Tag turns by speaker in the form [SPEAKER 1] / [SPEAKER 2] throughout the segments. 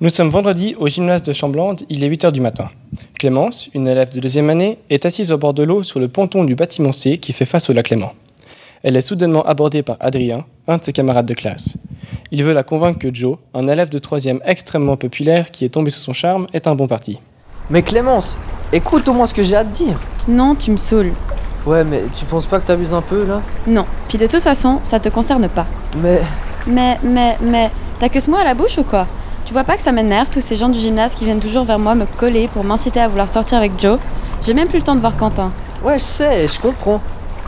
[SPEAKER 1] Nous sommes vendredi au gymnase de Chamblande, il est 8h du matin. Clémence, une élève de deuxième année, est assise au bord de l'eau sur le ponton du bâtiment C qui fait face au lac Léman. Elle est soudainement abordée par Adrien, un de ses camarades de classe. Il veut la convaincre que Joe, un élève de troisième extrêmement populaire qui est tombé sous son charme, est un bon parti.
[SPEAKER 2] Mais Clémence, écoute au moins ce que j'ai à te dire.
[SPEAKER 3] Non, tu me saoules.
[SPEAKER 2] Ouais, mais tu penses pas que t'abuses un peu là
[SPEAKER 3] Non. Puis de toute façon, ça te concerne pas.
[SPEAKER 2] Mais
[SPEAKER 3] Mais, mais, mais, t'as que ce mot à la bouche ou quoi Tu vois pas que ça m'énerve tous ces gens du gymnase qui viennent toujours vers moi me coller pour m'inciter à vouloir sortir avec Joe J'ai même plus le temps de voir Quentin.
[SPEAKER 2] ouais, je sais, je comprends.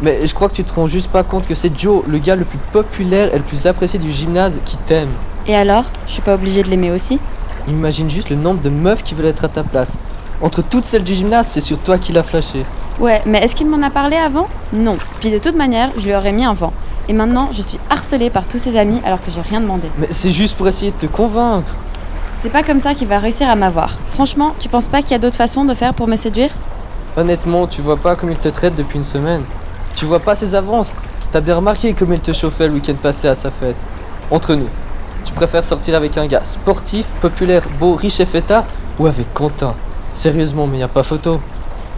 [SPEAKER 2] Mais je crois que tu te rends juste pas compte que c'est Joe, le gars le plus populaire et le plus apprécié du gymnase, qui t'aime.
[SPEAKER 3] Et alors, je suis pas obligée de l'aimer aussi
[SPEAKER 2] Imagine juste le nombre de meufs qui veulent être à ta place. Entre toutes celles du gymnase, c'est sur toi qu'il a flashé.
[SPEAKER 3] Ouais, mais est-ce qu'il m'en a parlé avant Non. Puis de toute manière, je lui aurais mis un vent. Et maintenant, je suis harcelée par tous ses amis alors que j'ai rien demandé.
[SPEAKER 2] Mais c'est juste pour essayer de te convaincre.
[SPEAKER 3] C'est pas comme ça qu'il va réussir à m'avoir. Franchement, tu penses pas qu'il y a d'autres façons de faire pour me séduire
[SPEAKER 2] Honnêtement, tu vois pas comme il te traite depuis une semaine. Tu vois pas ses avances. T'as bien remarqué comme il te chauffait le week-end passé à sa fête. Entre nous, tu préfères sortir avec un gars sportif, populaire, beau, riche et fêtard ou avec Quentin Sérieusement, mais y a pas photo.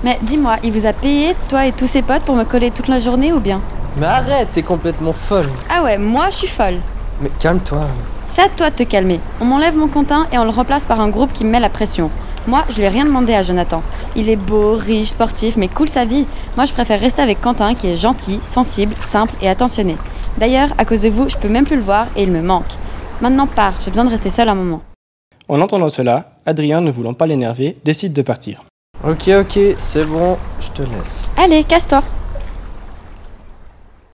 [SPEAKER 3] Mais dis-moi, il vous a payé, toi et tous ses potes, pour me coller toute la journée ou bien
[SPEAKER 2] Mais arrête, t'es complètement folle.
[SPEAKER 3] Ah ouais, moi je suis folle.
[SPEAKER 2] Mais calme-toi.
[SPEAKER 3] C'est à toi de te calmer. On m'enlève mon Quentin et on le remplace par un groupe qui me met la pression. Moi, je lui ai rien demandé à Jonathan. Il est beau, riche, sportif, mais cool sa vie. Moi, je préfère rester avec Quentin qui est gentil, sensible, simple et attentionné. D'ailleurs, à cause de vous, je peux même plus le voir et il me manque. Maintenant, pars, j'ai besoin de rester seule un moment.
[SPEAKER 1] En entendant cela, Adrien, ne voulant pas l'énerver, décide de partir.
[SPEAKER 2] Ok, ok, c'est bon, je te laisse.
[SPEAKER 3] Allez, casse-toi.